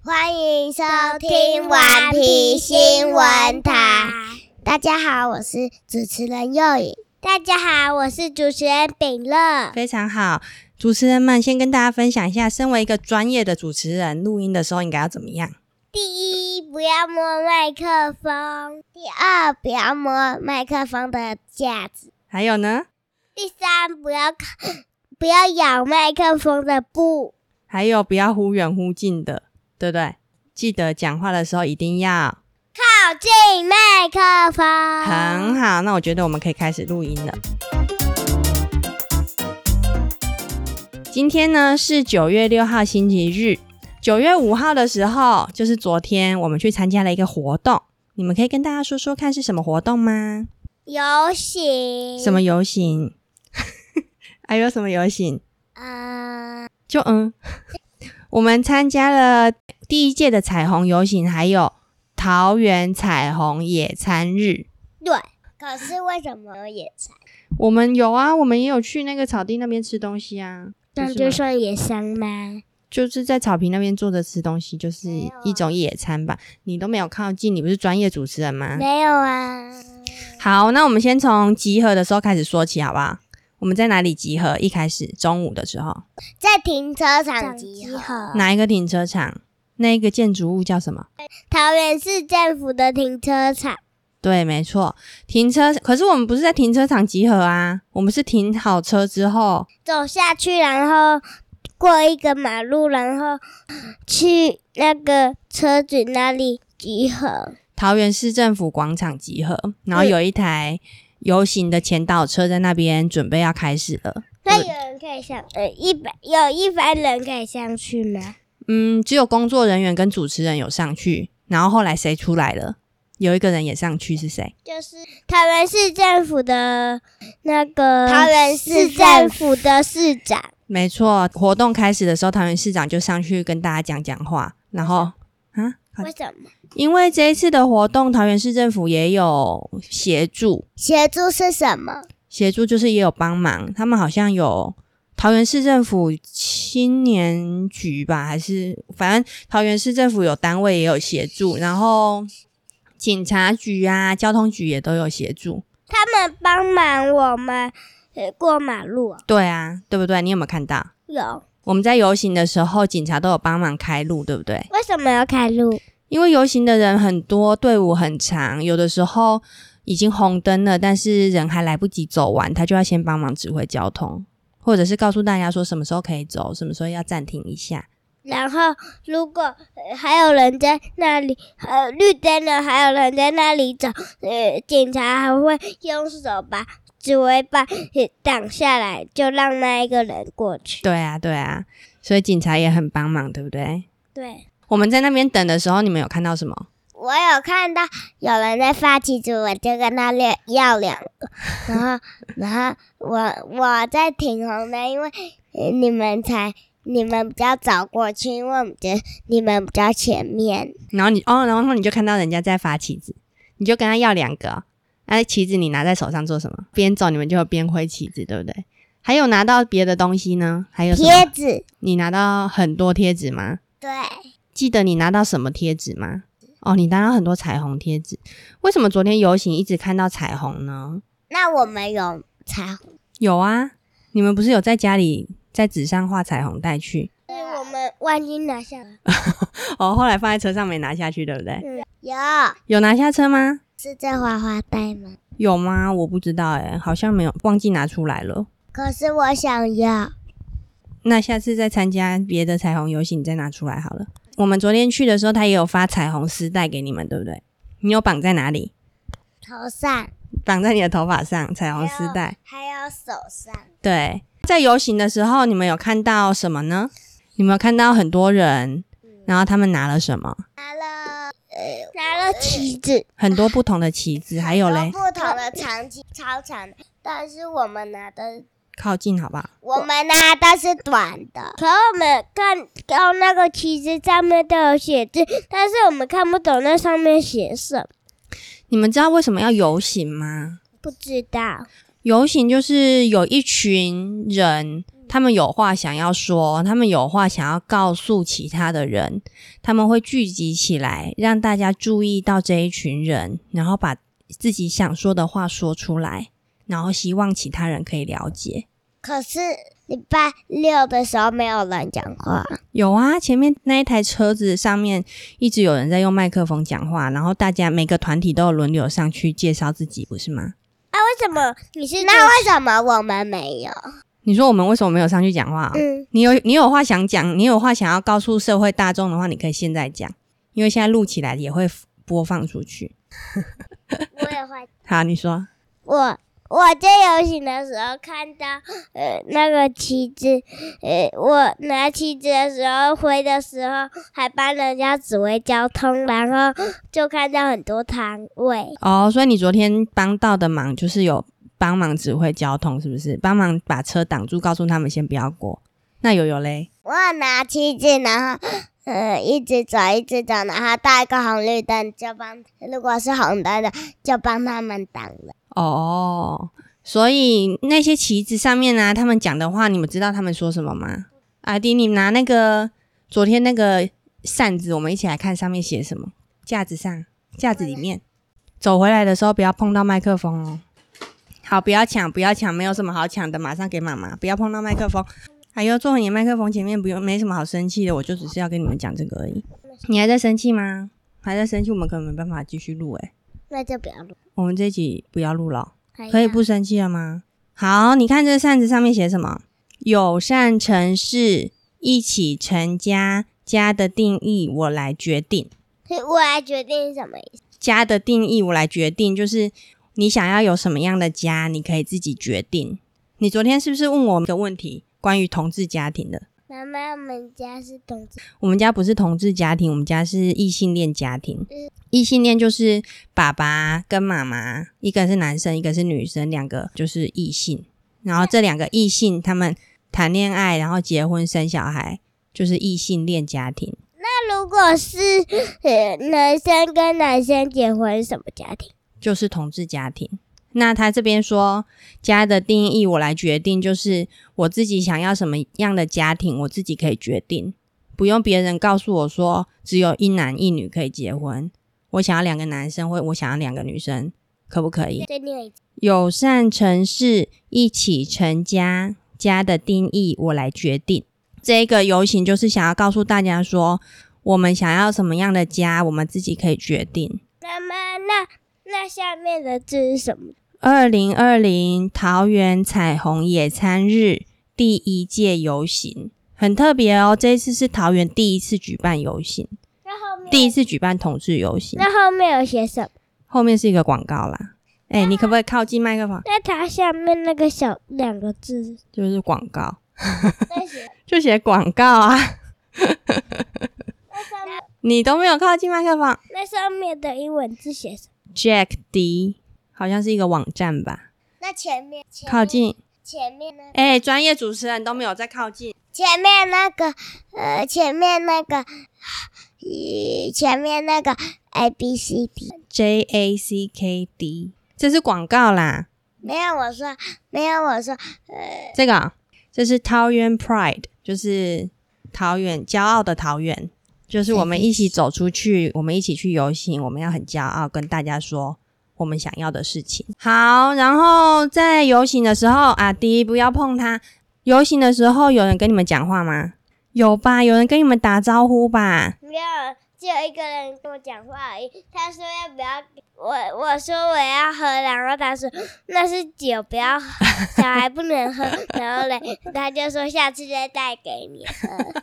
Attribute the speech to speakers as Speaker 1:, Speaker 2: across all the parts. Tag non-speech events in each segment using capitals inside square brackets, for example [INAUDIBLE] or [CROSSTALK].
Speaker 1: 欢迎收听《顽皮新闻台》。大家好，我是主持人幼颖。大家好，我是主持人秉乐。
Speaker 2: 非常好，主持人们先跟大家分享一下，身为一个专业的主持人，录音的时候应该要怎么样？
Speaker 1: 第一，不要摸麦克风；第二，不要摸麦克风的架子；
Speaker 2: 还有呢？
Speaker 1: 第三，不要靠 [GASPS] 不要咬麦克风的布。
Speaker 2: 还有不要忽远忽近的，对不对？记得讲话的时候一定要
Speaker 1: 靠近麦克风。
Speaker 2: 很好。那我觉得我们可以开始录音了。今天呢是九月六号星期日，九月五号的时候，就是昨天我们去参加了一个活动，你们可以跟大家说说看是什么活动吗？
Speaker 1: 游行
Speaker 2: 什？么游行？ [LAUGHS] 还有什么游行？
Speaker 1: 嗯、
Speaker 2: 就嗯， [LAUGHS] 我们参加了第一届的彩虹游行，还有桃园彩虹野餐日。
Speaker 1: 对。可是为什么野餐？
Speaker 2: 我们有啊，我们也有去那个草地那边吃东西啊，
Speaker 1: 那
Speaker 2: 就
Speaker 1: 就是算野餐吗？
Speaker 2: 就是在草坪那边坐着吃东西，就是
Speaker 1: 没有啊
Speaker 2: 一种野餐吧。你都没有靠近，你不是专业主持人吗？
Speaker 1: 没有啊，
Speaker 2: 好，那我们先从集合的时候开始说起，好不好？我们在哪里集合？一开始中午的时候，
Speaker 1: 在停车场
Speaker 3: 集
Speaker 1: 集
Speaker 3: 合
Speaker 1: 合。
Speaker 2: 哪一个停车场？那一个建筑物叫什么？
Speaker 1: 桃园市政府的停车场，
Speaker 2: 对，没错，停车。可是我们不是在停车场集合啊，我们是停好车之后，
Speaker 1: 走下去，然后过一个马路，然后去那个车子那里集合。
Speaker 2: 桃园市政府广场集合，然后有一台游行的前导车在那边准备要开始了。
Speaker 1: 那有人可以上，呃，一般有一般人可以上去吗？
Speaker 2: 嗯，只有工作人员跟主持人有上去，然后后来谁出来了？有一个人也上去，是谁？
Speaker 1: 就是桃园市政府的那个
Speaker 3: 桃园市
Speaker 1: 市政府的市长，
Speaker 2: 没错，活动开始的时候，桃园市长就上去跟大家讲讲话，然后啊，
Speaker 1: 为什么
Speaker 2: 因为这一次的活动，桃园市政府也有协助，
Speaker 1: 协助是什么？
Speaker 2: 协助，就是也有帮忙。他们好像有桃园市政府青年局吧，还是反正桃园市政府有单位也有协助，然后警察局啊、交通局也都有协助。
Speaker 1: 他们帮忙我们呃过马路哦、
Speaker 2: 对啊，对不对？你有没有看到？
Speaker 1: 有，
Speaker 2: 我们在游行的时候，警察都有帮忙开路，对不对？
Speaker 1: 为什么要开路？
Speaker 2: 因为游行的人很多，队伍很长，有的时候已经红灯了，但是人还来不及走完，他就要先帮忙指挥交通，或者是告诉大家说什么时候可以走，什么时候要暂停一下。
Speaker 1: 然后如果、呃还有人在那里，呃，绿灯了，还有人在那里走，呃，警察还会用手把指挥棒呃挡下来，就让那一个人过去。
Speaker 2: 对啊，对啊，所以警察也很帮忙，对不对？
Speaker 1: 对，
Speaker 2: 我们在那边等的时候，你们有看到什么？
Speaker 1: 我有看到有人在发起子，我就跟他要要两个，然后然后我我在挺红灯，因为呃你们才你们比较早过去，因为我们觉得你们比较前面。
Speaker 2: 然后你哦，然后你就看到人家在发旗子，你就跟他要两个哦、那、旗子你拿在手上做什么？边走你们就有边挥旗子，对不对？还有拿到别的东西呢？还有什么
Speaker 1: 贴纸，
Speaker 2: 你拿到很多贴纸吗？
Speaker 1: 对，
Speaker 2: 记得你拿到什么贴纸吗？哦，你拿到很多彩虹贴纸。为什么昨天游行一直看到彩虹呢？
Speaker 1: 那我们有彩虹，
Speaker 2: 有啊，你们不是有在家里在纸上画彩虹带去？
Speaker 1: 是我们万一拿下来。
Speaker 2: 哦，后来放在车上没拿下去，对不对？
Speaker 1: 有
Speaker 2: 有拿下车吗？
Speaker 1: 是这花花带吗？
Speaker 2: 有吗？我不知道哎、好像没有，忘记拿出来了。
Speaker 1: 可是我想要，
Speaker 2: 那下次再参加别的彩虹游行，你再拿出来好了。我们昨天去的时候，他也有发彩虹丝带给你们，对不对？你有绑在哪里？
Speaker 1: 头上
Speaker 2: 绑在你的头发上，彩虹丝带。
Speaker 1: 还有手上，
Speaker 2: 对，在游行的时候，你们有看到什么呢？你们有看到很多人，然后他们拿了什么？
Speaker 1: 拿了呃拿了旗子，
Speaker 2: 很多不同的旗子，还有嘞，
Speaker 1: 不同的长旗，超长的，但是我们拿的。
Speaker 2: 靠近好不好？
Speaker 1: 我们拿的是短的，可我们看到那个旗子上面都有写字，但是我们看不懂那上面写什么，
Speaker 2: 你们知道为什么要游行吗？
Speaker 1: 不知道。
Speaker 2: 游行就是有一群人，他们有话想要说，他们有话想要告诉其他的人，他们会聚集起来，让大家注意到这一群人，然后把自己想说的话说出来，然后希望其他人可以了解。
Speaker 1: 可是礼拜六的时候没有人讲话，
Speaker 2: 有啊，前面那一台车子上面一直有人在用麦克风讲话，然后大家每个团体都有轮流上去介绍自己，不是吗？
Speaker 3: 为什么你是
Speaker 1: 那为什么我们没有？
Speaker 2: 你说我们为什么没有上去讲话、哦？
Speaker 1: 嗯，
Speaker 2: 你有你有话想讲，你有话想要告诉社会大众的话，你可以现在讲，因为现在录起来也会播放出去。
Speaker 1: 我也会。
Speaker 2: 好，你说，
Speaker 1: 我我在游行的时候看到呃那个旗帜，呃我拿旗帜的时候挥的时候还帮人家指挥交通，然后就看到很多摊位，
Speaker 2: 哦，所以你昨天帮到的忙就是有帮忙指挥交通，是不是？帮忙把车挡住，告诉他们先不要过。那有有嘞，
Speaker 1: 我有拿旗帜，然后。呃，一直走，一直走，然后到一个红绿灯，就帮如果是红灯的，就帮他们挡了。
Speaker 2: 哦，所以那些旗子上面啊，他们讲的话，你们知道他们说什么吗？阿迪，你拿那个昨天那个扇子，我们一起来看上面写什么？架子上，架子里面。走回来的时候不要碰到麦克风哦。好，不要抢，不要抢，没有什么好抢的，马上给妈妈，不要碰到麦克风。哎呦，坐你麦克风前面，不用，没什么好生气的，我就只是要跟你们讲这个而已。你还在生气吗？还在生气，我们可能没办法继续录诶、
Speaker 1: 那就不要录。
Speaker 2: 我们这集不要录了哦。
Speaker 1: 哎呀
Speaker 2: 可以不生气了吗？好，你看这扇子上面写什么？友善城市，一起成家。家的定义我来决定。
Speaker 1: 我来决定什么意思？
Speaker 2: 家的定义我来决定，就是你想要有什么样的家，你可以自己决定。你昨天是不是问我一个问题，关于同志家庭的？
Speaker 1: 妈妈，我们家是董子，
Speaker 2: 我们家不是同志家庭，我们家是异性恋家庭。异性恋就是爸爸跟妈妈，一个是男生，一个是女生，两个就是异性。然后这两个异性他们谈恋爱，然后结婚生小孩，就是异性恋家庭。
Speaker 1: 那如果是呃男生跟男生结婚，什么家庭？
Speaker 2: 就是同志家庭。那他这边说家的定义，我来决定，就是我自己想要什么样的家庭，我自己可以决定，不用别人告诉我说只有一男一女可以结婚。我想要两个男生，或我想要两个女生，可不可以？
Speaker 1: 对，你有一次
Speaker 2: 友善城市一起成家，家的定义我来决定。这个游行就是想要告诉大家说，我们想要什么样的家，我们自己可以决定。
Speaker 1: 妈妈，那那下面的字是什么？
Speaker 2: 二零二零桃园彩虹野餐日第一届游行，很特别哦。这一次是桃园第一次举办游行，
Speaker 1: 那后面
Speaker 2: 第一次举办同志游行。
Speaker 1: 那后面有写什么？
Speaker 2: 后面是一个广告啦。哎、你可不可以靠近麦克风？
Speaker 1: 那它下面那个小两个字，
Speaker 2: 就是广告，
Speaker 1: 那写
Speaker 2: 就写广告啊。
Speaker 1: 那上面
Speaker 2: 你都没有靠近麦克风。
Speaker 1: [LAUGHS] 那上面的英文字写什么？
Speaker 2: Jack D 好像是一个网站吧，
Speaker 1: 那前面前面
Speaker 2: 靠近。
Speaker 1: 前面那
Speaker 2: 哎、专业主持人都没有在靠近。
Speaker 1: 前面那个呃前面那个咦前面那个 A B C D
Speaker 2: J A C K D，这是广告啦。
Speaker 1: 没有我说没有我说呃
Speaker 2: 这个啊这是桃园 Pride，就是桃园骄傲的桃园，就是我们一起走出去，我们一起去游行，我们要很骄傲，跟大家说我们想要的事情。好，然后在游行的时候，阿迪不要碰它。游行的时候，有人跟你们讲话吗？有吧，有人跟你们打招呼吧？
Speaker 1: 没有，只有一个人跟我讲话而已。他说要不要我？我说我要喝，然后他说那是酒，不
Speaker 3: [LAUGHS]
Speaker 1: 要喝，小孩不能喝。然后嘞，他就说下次再带给
Speaker 3: [LAUGHS]
Speaker 1: 你喝。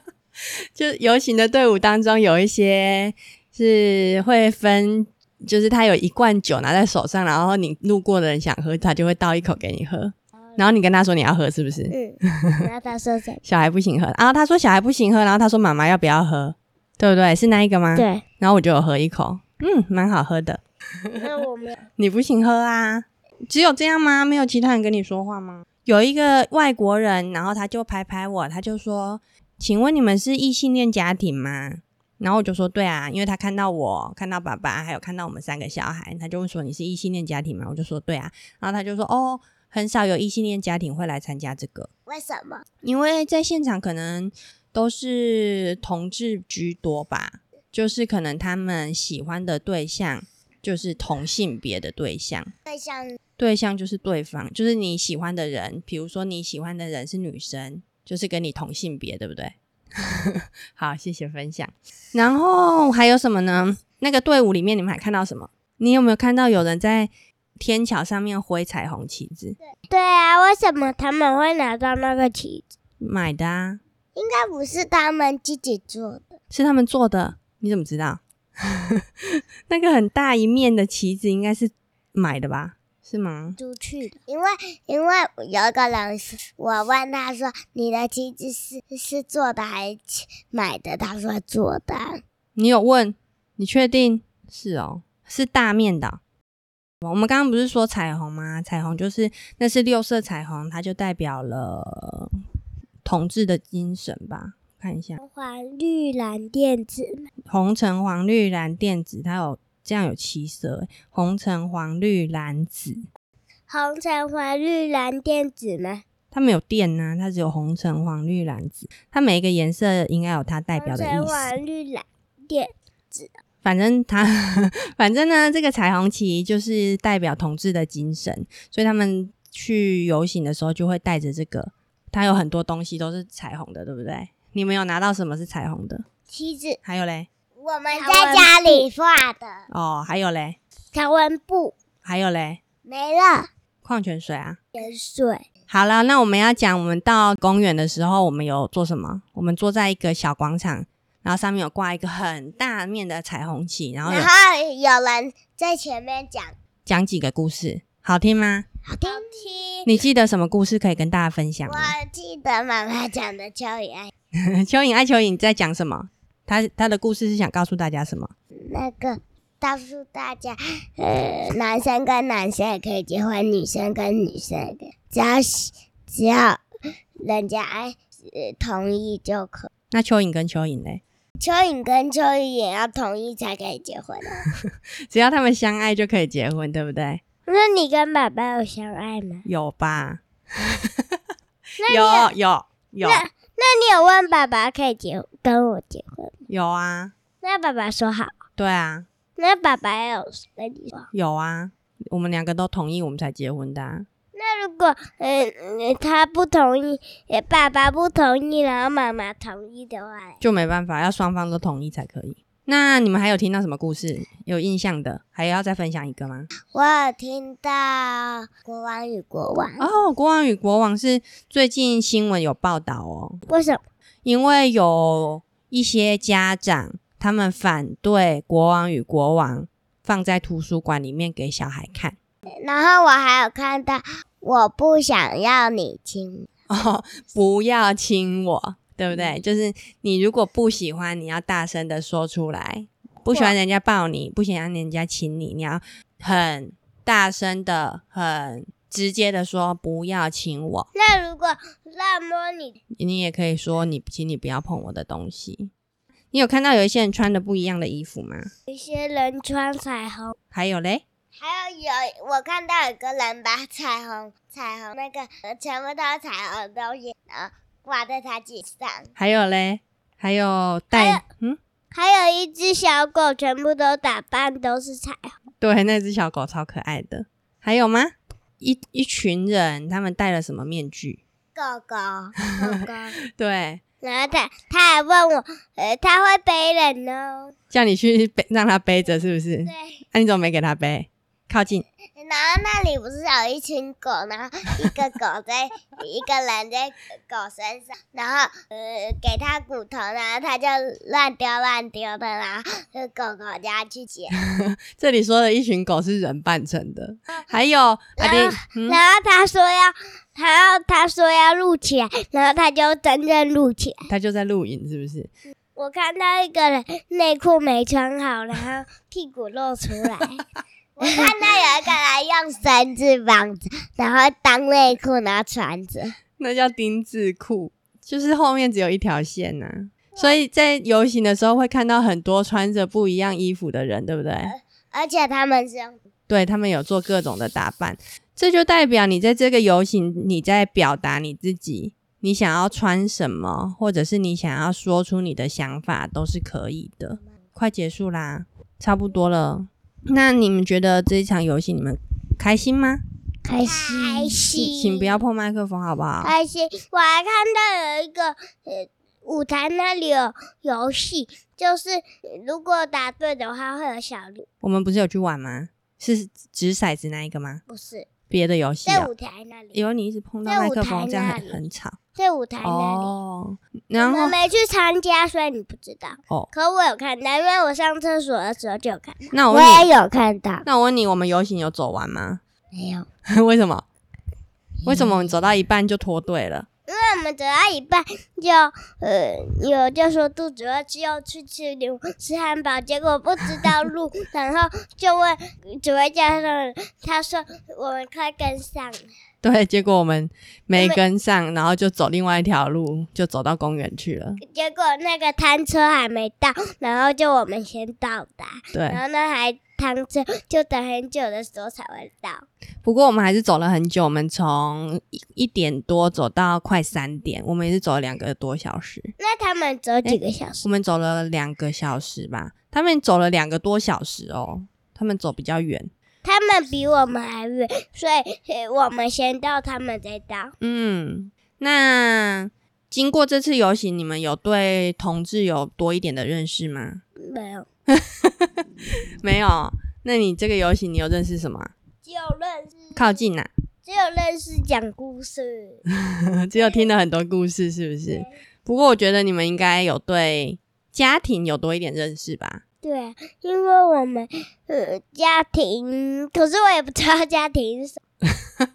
Speaker 2: 就游行的队伍当中有一些是会分，就是他有一罐酒拿在手上，然后你路过的人想喝，他就会倒一口给你喝，然后你跟他说你要喝是不是？
Speaker 1: 嗯，然后他说什么？
Speaker 2: 小孩不行喝，然后他说小孩不行喝，然后他说妈妈要不要喝，对不对？是那一个吗？。
Speaker 3: 嗯
Speaker 1: 对，
Speaker 2: 然后我就有喝一口，嗯，蛮好喝的。
Speaker 1: 那我没有。
Speaker 2: 你不行喝啊？只有这样吗？没有其他人跟你说话吗？有一个外国人，然后他就拍拍我，他就说：“请问你们是异性恋家庭吗？”然后我就说：“对啊，因为他看到我，看到爸爸，还有看到我们三个小孩，他就问说你是异性恋家庭吗？”我就说：“对啊。”然后他就说：“哦，很少有异性恋家庭会来参加这个。
Speaker 3: 为什么？
Speaker 2: 因为在现场可能都是同志居多吧，就是可能他们喜欢的对象就是同性别的对象，
Speaker 3: 对象
Speaker 2: 对象就是对方，就是你喜欢的人。比如说你喜欢的人是女生，就是跟你同性别，对不对？ [LAUGHS] 好，谢谢分享。然后还有什么呢？那个队伍里面你们还看到什么？你有没有看到有人在天桥上面挥彩虹旗子？
Speaker 3: 对啊，为什么他们会拿到那个旗子？
Speaker 2: 买的啊，
Speaker 3: 应该不是他们自己做的，
Speaker 2: 是他们做的，你怎么知道？ [LAUGHS] 那个很大一面的旗子应该是买的吧？是吗？
Speaker 3: 出去的。因为因为有一个人是，我问他说：“你的旗子是是做的还是买的？”他说：“做的啊。
Speaker 2: 你有问？你确定是哦？是大面的哦、我们刚刚不是说彩虹吗？彩虹就是那是六色彩虹，它就代表了同志的精神吧？看一下，”
Speaker 3: 黄绿蓝靛紫，
Speaker 2: 红橙黄绿蓝靛紫，它有这样有七色欸，红橙黄绿蓝紫，
Speaker 3: 红橙黄绿蓝靛紫吗？
Speaker 2: 它没有电呐、它只有红橙黄绿蓝紫，它每一个颜色应该有它代表
Speaker 3: 红
Speaker 2: 的
Speaker 3: 橙
Speaker 2: 意思。
Speaker 3: 黄绿蓝靛，
Speaker 2: 反正它， [LAUGHS] 反正呢，这个彩虹旗就是代表同志的精神，所以他们去游行的时候就会带着这个。它有很多东西都是彩虹的，对不对？你们有拿到什么是彩虹的？
Speaker 3: 旗子
Speaker 2: 还有嘞，
Speaker 3: 我们
Speaker 1: 台
Speaker 3: 在
Speaker 1: 湾
Speaker 3: 家里画的，
Speaker 2: 哦，还有嘞，
Speaker 3: 条纹布
Speaker 2: 还有嘞，
Speaker 3: 没了，
Speaker 2: 矿泉水啊。
Speaker 3: 盐水。
Speaker 2: 好了，那我们要讲，我们到公园的时候，我们有做什么？我们坐在一个小广场，然后上面有挂一个很大面的彩虹旗，然后有
Speaker 3: 然后有人在前面讲，
Speaker 2: 讲几个故事，好听吗？
Speaker 3: 好听听。
Speaker 2: 你记得什么故事可以跟大家分享吗？
Speaker 3: 我记得妈妈讲的蚯蚓，
Speaker 2: 蚯蚓爱蚯蚓在讲什么？他他的故事是想告诉大家什么？
Speaker 3: 那个告诉大家，呃，男生跟男生也可以结婚，女生跟女生也可以，只要喜只要人家爱、呃、同意就可。
Speaker 2: 那蚯蚓跟蚯蚓嘞，
Speaker 3: 蚯蚓跟蚯蚓也要同意才可以结婚啊。
Speaker 2: 只要他们相爱就可以结婚，对不对？
Speaker 3: 那你跟爸爸有相爱吗？
Speaker 2: 有吧？有有有
Speaker 3: 那你有问爸爸可以结跟我结婚？
Speaker 2: 有啊，
Speaker 3: 那爸爸说好，
Speaker 2: 对啊，
Speaker 3: 那爸爸有跟你说。
Speaker 2: 有啊，我们两个都同意，我们才结婚的、啊。
Speaker 3: 那如果呃呃他不同意，呃爸爸不同意，然后妈妈同意的话，
Speaker 2: 就没办法，要双方都同意才可以。那你们还有听到什么故事有印象的？还要再分享一个吗？
Speaker 3: 我有听到《国王与国王》
Speaker 2: 哦，国王与国王是最近新闻有报道哦，
Speaker 3: 为什么？
Speaker 2: 因为有一些家长他们反对国王与国王放在图书馆里面给小孩看。 [LAUGHS]
Speaker 3: 然后我还有看到《我不想要你亲
Speaker 2: 哦，不要亲我，对不对？就是你如果不喜欢，你要大声的说出来。不喜欢人家抱你，不喜欢人家亲你，你要很大声的、很直接的说不要亲我。
Speaker 3: 我》。那如果乱摸你，
Speaker 2: 你也可以说你，请你不要碰我的东西。你有看到有一些人穿的不一样的衣服吗？
Speaker 3: 有些人穿彩虹，
Speaker 2: 还有嘞，
Speaker 3: 还有有我看到有个人把彩虹彩虹那个呃全部都是彩虹的东西，然后挂在他颈上。
Speaker 2: 还有嘞，还有
Speaker 3: 还
Speaker 2: 戴，嗯，
Speaker 3: 还有一只小狗，全部都打扮都是彩虹。
Speaker 2: 对，那只小狗超可爱的。还有吗？一一群人，他们戴了什么面具？
Speaker 3: 狗狗，狗狗。
Speaker 2: 对，
Speaker 3: 然后他他还问我，呃，他会背人哦。
Speaker 2: 叫你去背，让他背着，是不是？啊
Speaker 3: 对。
Speaker 2: 那、你怎么没给他背？靠近，
Speaker 3: 然后那里不是有一群狗，然后一个狗在一个人在狗身上，然后呃给它骨头，然后它就乱丢乱丢的，然后呃狗狗就要去捡。
Speaker 2: 这里说的一群狗是人扮成的，还有阿丁、嗯，
Speaker 3: 然后他说要，他要他说要录起来，然后他就真正录起来。
Speaker 2: 他就在录影，是不是？
Speaker 3: 我看到一个人内裤没穿好，然后屁股露出来。我看到有一个人用绳子绑着，然后当内裤，然后穿着。
Speaker 2: 那叫丁字裤，就是后面只有一条线呐、所以在游行的时候会看到很多穿着不一样衣服的人，对不对？
Speaker 3: 而且他们是用
Speaker 2: 对他们有做各种的打扮。这就代表你在这个游行，你在表达你自己，你想要穿什么，或者是你想要说出你的想法，都是可以的。快结束啦，差不多了。那你们觉得这一场游戏你们开心吗？
Speaker 1: 开心，
Speaker 3: 开
Speaker 2: 请
Speaker 3: 心，
Speaker 2: 请不要碰麦克风，好不好？
Speaker 3: 开心。我还看到有一个呃舞台那里有游戏，就是呃如果答对的话会有小礼，
Speaker 2: 我们不是有去玩吗？是掷骰子那一个吗？
Speaker 3: 不是
Speaker 2: 别的游戏、
Speaker 3: 在
Speaker 2: 哦？
Speaker 3: 舞台那里，
Speaker 2: 因为你一直碰到
Speaker 3: 在
Speaker 2: 麦
Speaker 3: 舞
Speaker 2: 克
Speaker 3: 台
Speaker 2: 风，这样
Speaker 3: 那
Speaker 2: 很
Speaker 3: 里
Speaker 2: 很吵
Speaker 3: 在舞台那里。
Speaker 2: 哦。然
Speaker 3: 我
Speaker 2: 后
Speaker 3: 没去参加，所以你不知道。
Speaker 2: 哦
Speaker 3: 可我有看到，因为我上厕所的时候就有看到。
Speaker 2: 那我
Speaker 1: 我
Speaker 2: 问哦你，
Speaker 1: 也有看到，
Speaker 2: [LAUGHS] 那我问你，我们游行有走完吗？ [LAUGHS]
Speaker 1: 没有，
Speaker 2: 为什么？为什么我们走到一半就脱队了？ [LAUGHS]
Speaker 3: 那我们走到一半就呃有就说肚子饿，就去吃牛吃汉堡，结果不知道路，然后就问指挥教授，他说我们快跟上了，
Speaker 2: 对，结果我们没
Speaker 3: 我们
Speaker 2: 跟上，然后就走另外一条路，就走到公园去了。
Speaker 3: 结果那个摊车还没到，然后就我们先到达，
Speaker 2: 对
Speaker 3: 然，后那台摊车就等很久的时候才会到，
Speaker 2: 不过我们还是走了很久，我们从一一点多走到快三点，我们也是走了两个多小时。
Speaker 3: 那他们走几个小时？
Speaker 2: 我们走了两个小时吧，他们走了两个多小时哦，他们走比较远。
Speaker 3: 他们比我们还远，所以呃我们先到，他们再到。
Speaker 2: 嗯，那经过这次游行，你们有对同志有多一点的认识吗？
Speaker 3: 没有，
Speaker 2: 没有。那你这个游行，你有认识什么啊？
Speaker 3: 只有认识，
Speaker 2: 靠近啊呐、
Speaker 3: 只有认识讲故事。
Speaker 2: [LAUGHS] 只有听了很多故事，是不是？不过我觉得你们应该有对家庭有多一点认识吧？
Speaker 3: 对啊，因为我们呃家庭，可是我也不知道家庭是什么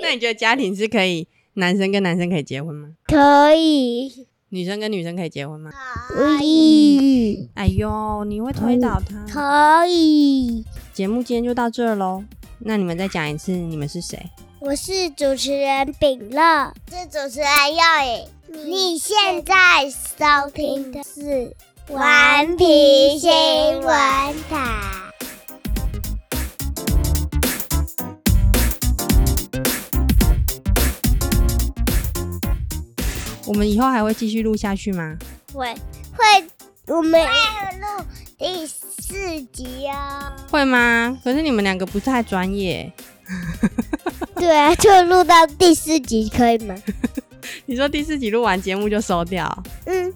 Speaker 2: 那你觉得家庭是可以男生跟男生可以结婚吗？
Speaker 3: 可以。
Speaker 2: 女生跟女生可以结婚吗？
Speaker 1: 可以，
Speaker 2: 哎呦，你会推倒他。
Speaker 1: 嗯
Speaker 3: 可以，
Speaker 2: 节目今天就到这儿喽。那你们再讲一次，你们是谁？
Speaker 3: 我是主持人秉乐，
Speaker 1: 是主持人耀颖。你现在收听的是《顽皮新闻台》。
Speaker 2: 我们以后还会继续录下去吗？
Speaker 3: 会会我们
Speaker 1: 录第四集哦。
Speaker 2: 会吗？可是你们两个不太专业。
Speaker 3: 对啊，就录到第四集可以吗？
Speaker 2: 你说第四集录完节目就收掉，
Speaker 3: 嗯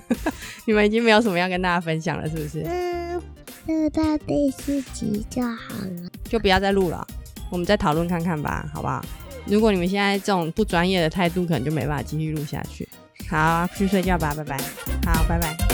Speaker 2: [LAUGHS] 你们已经没有什么要跟大家分享了，是不是？
Speaker 3: 嗯，
Speaker 1: 录到第四集就好了。
Speaker 2: 就不要再录了，我们再讨论看看吧，好不好？如果你们现在这种不专业的态度，可能就没办法继续录下去。好，去睡觉吧，拜拜。好，拜拜。